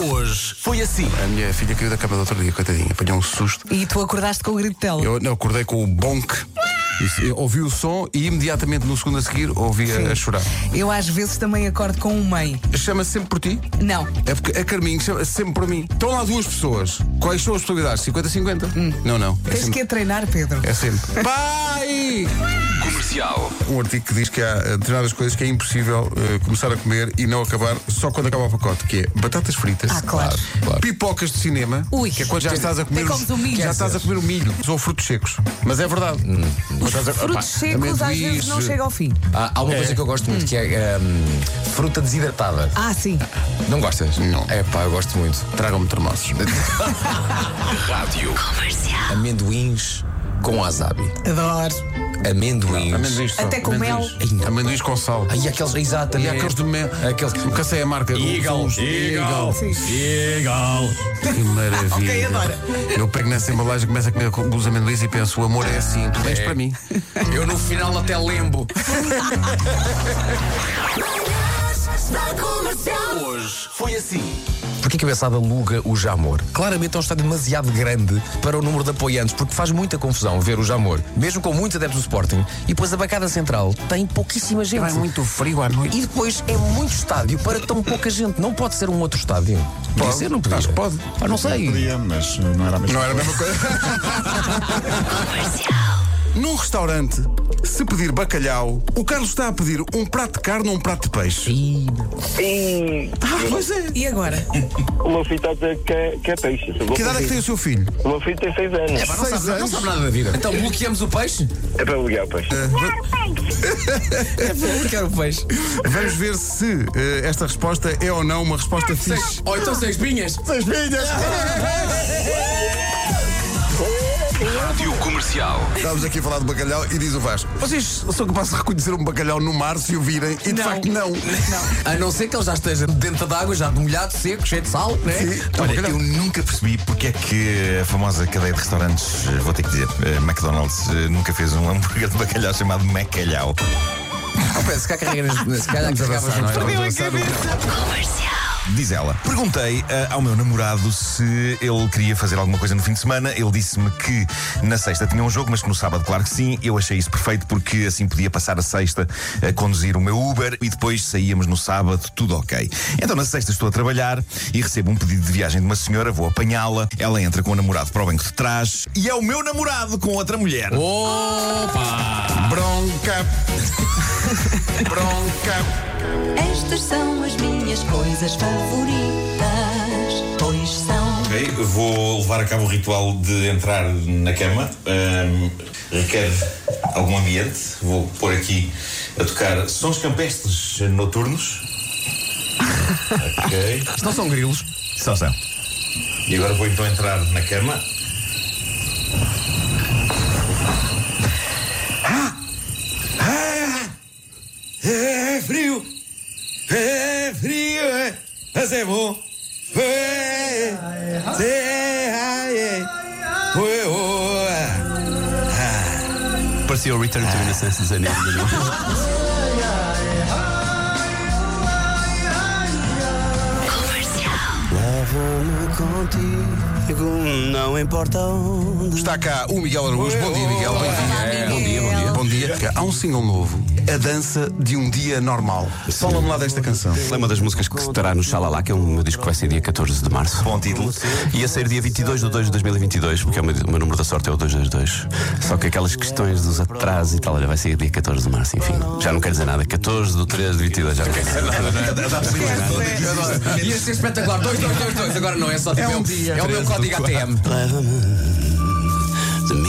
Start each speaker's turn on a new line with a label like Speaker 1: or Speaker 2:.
Speaker 1: hoje foi assim.
Speaker 2: A minha filha caiu da cama do outro dia, coitadinha, apanhou um susto.
Speaker 3: E tu acordaste com o grito dela.
Speaker 2: Eu não, acordei com o bonk. Isso, eu ouvi o som e imediatamente no segundo a seguir ouvi a, a chorar.
Speaker 3: Eu às vezes também acordo com um meio.
Speaker 2: Chama-se sempre por ti?
Speaker 3: Não.
Speaker 2: É porque a Carminho chama sempre por mim. Estão lá duas pessoas. Quais são as possibilidades? 50-50? Não, não. É
Speaker 3: Hum. Tens
Speaker 2: sempre.
Speaker 3: que ir treinar, Pedro.
Speaker 2: É sempre. Pai!
Speaker 1: Comercial.
Speaker 2: Um artigo que diz que há eh, determinadas coisas que é impossível eh, começar a comer e não acabar só quando acaba o pacote, que é batatas fritas,
Speaker 3: Ah, claro.
Speaker 2: pipocas de cinema,
Speaker 3: Ui.
Speaker 2: que é quando já estás a comer
Speaker 3: Até comes o milho.
Speaker 2: já estás a comer o milho, ou frutos secos. Mas é verdade. Quando estás a- opá,
Speaker 3: Frutos secos às
Speaker 2: amendoins,
Speaker 3: vezes não chega ao fim.
Speaker 4: Há, Ah, há uma coisa que eu gosto muito que é hum, fruta desidratada.
Speaker 3: Ah, sim.
Speaker 4: Não gostas?
Speaker 2: Não.
Speaker 4: É pá, eu gosto muito.
Speaker 2: Tragam-me termossos.
Speaker 1: Rádio.
Speaker 4: Amendoins com wasabi.
Speaker 3: Adoro.
Speaker 4: Amendoins.
Speaker 2: Amendoins só,
Speaker 3: Até com
Speaker 2: amendoins.
Speaker 4: mel.
Speaker 2: Amendoins com sal.
Speaker 4: E aqueles,
Speaker 2: E
Speaker 4: exatamente.
Speaker 2: há aqueles do mel.
Speaker 4: Aqueles.
Speaker 2: O cacei é a marca.
Speaker 4: Eagle.
Speaker 2: Os- Eagle.
Speaker 3: Sim.
Speaker 4: Legal.
Speaker 2: Que maravilha.
Speaker 3: Ah, Ok, adoro.
Speaker 2: Eu pego nessa embalagem, começo a comer com os amendoins e penso: o amor é assim, tu tens para mim.
Speaker 4: Eu no final até lembro.
Speaker 1: Hoje foi assim.
Speaker 4: Porquê que a Bessada aluga o Jamor? Claramente é um estádio demasiado grande para o número de apoiantes, porque faz muita confusão ver o Jamor, mesmo com muitos adeptos do Sporting. E depois a bancada central tem pouquíssima gente.
Speaker 2: Vai muito frio à noite.
Speaker 4: E depois é muito estádio para tão pouca gente. Não pode ser um outro estádio. Podia
Speaker 2: Pode.
Speaker 4: ser, não podia?
Speaker 2: Acho que pode.
Speaker 4: Ah, não sei.
Speaker 5: Podia, mas uh, não era a mesma
Speaker 2: Não era a mesma coisa. Num restaurante, se pedir bacalhau, o Carlos está a pedir um prato de carne ou um prato de peixe.
Speaker 4: Ih,
Speaker 6: Sim,
Speaker 2: Ah, pois é.
Speaker 3: E agora?
Speaker 6: o meu filho está a dizer que é, que é peixe. Eu vou
Speaker 2: Que idade é que tem É
Speaker 6: pedir.
Speaker 2: o seu filho?
Speaker 6: O meu filho tem 6 anos.
Speaker 4: pá, não,
Speaker 2: Seis
Speaker 4: sabe, não
Speaker 2: anos.
Speaker 4: sabe nada da vida. Então bloqueamos o peixe?
Speaker 6: É para ligar o peixe.
Speaker 4: É para bloquear o peixe.
Speaker 2: Vamos ver se eh, esta resposta é ou não uma resposta fixe.
Speaker 4: Ou então seis vinhas.
Speaker 2: Seis milhas!
Speaker 1: Rádio Comercial.
Speaker 2: Estávamos aqui a falar de bacalhau e diz o Vasco: Vocês são capazes de reconhecer um bacalhau no mar se o virem? E de
Speaker 3: Não.
Speaker 2: facto não.
Speaker 4: A não ser que ele já esteja dentro de água, já molhado, seco, cheio de sal, né?
Speaker 7: Olha, eu nunca percebi porque é que a famosa cadeia de restaurantes, eh, vou ter que dizer, eh, McDonald's, eh, nunca fez um hambúrguer de bacalhau chamado Macalhau.
Speaker 4: Opa, se cá carregas, se calhar carregavas
Speaker 2: avançar, não é?
Speaker 4: um-
Speaker 7: Diz ela. Perguntei eh, ao meu namorado se ele queria fazer alguma coisa no fim de semana. Ele disse-me que na sexta tinha um jogo, mas que no sábado, claro que sim. Eu achei isso perfeito porque assim podia passar a sexta a conduzir o meu Uber e depois saíamos no sábado, tudo ok. Então na sexta estou a trabalhar e recebo um pedido de viagem de uma senhora, vou apanhá-la. Ela entra com o namorado para o banco de trás e é o meu namorado com outra mulher.
Speaker 2: Bronca! Bronca!
Speaker 8: Estas são as minhas coisas favoritas, pois são.
Speaker 7: Ok, vou levar a cabo o ritual de entrar na cama. Ahm, requer algum ambiente. Vou pôr aqui a tocar sons campestres noturnos. Ok.
Speaker 4: Isto não são grilos.
Speaker 7: é? São, são. E agora vou então entrar na cama. Ah! É frio! É frio! é. Mas é bom! É, é, ai, é. Ué, ué.
Speaker 1: Pareceu o Return to Innocence dos anos 80.
Speaker 2: Está cá o Miguel Araújo. Bom dia, Miguel. Bem-vindo. Bom dia, bom dia. Bom dia. Há um single novo, A Dança de um Dia Normal. Fala-me lá desta canção.
Speaker 1: É uma das músicas que se estará no Xalala, que é um meu disco que vai ser dia 14 de março.
Speaker 7: Bom título.
Speaker 1: Ia sair dia 22 de 2 de 2022, porque é o meu, o meu número da sorte é o 222. Só que aquelas questões dos atrasos e tal, olha, vai sair dia 14 de março, enfim. Já não quero dizer nada. 14 de 3 de 22, já não quero dizer nada.
Speaker 4: Ia ser espetacular. Dois, dois, dois, dois. Agora não é só tipo,
Speaker 2: um
Speaker 4: o-
Speaker 2: dia.
Speaker 4: é o meu código ATM.
Speaker 1: de mim.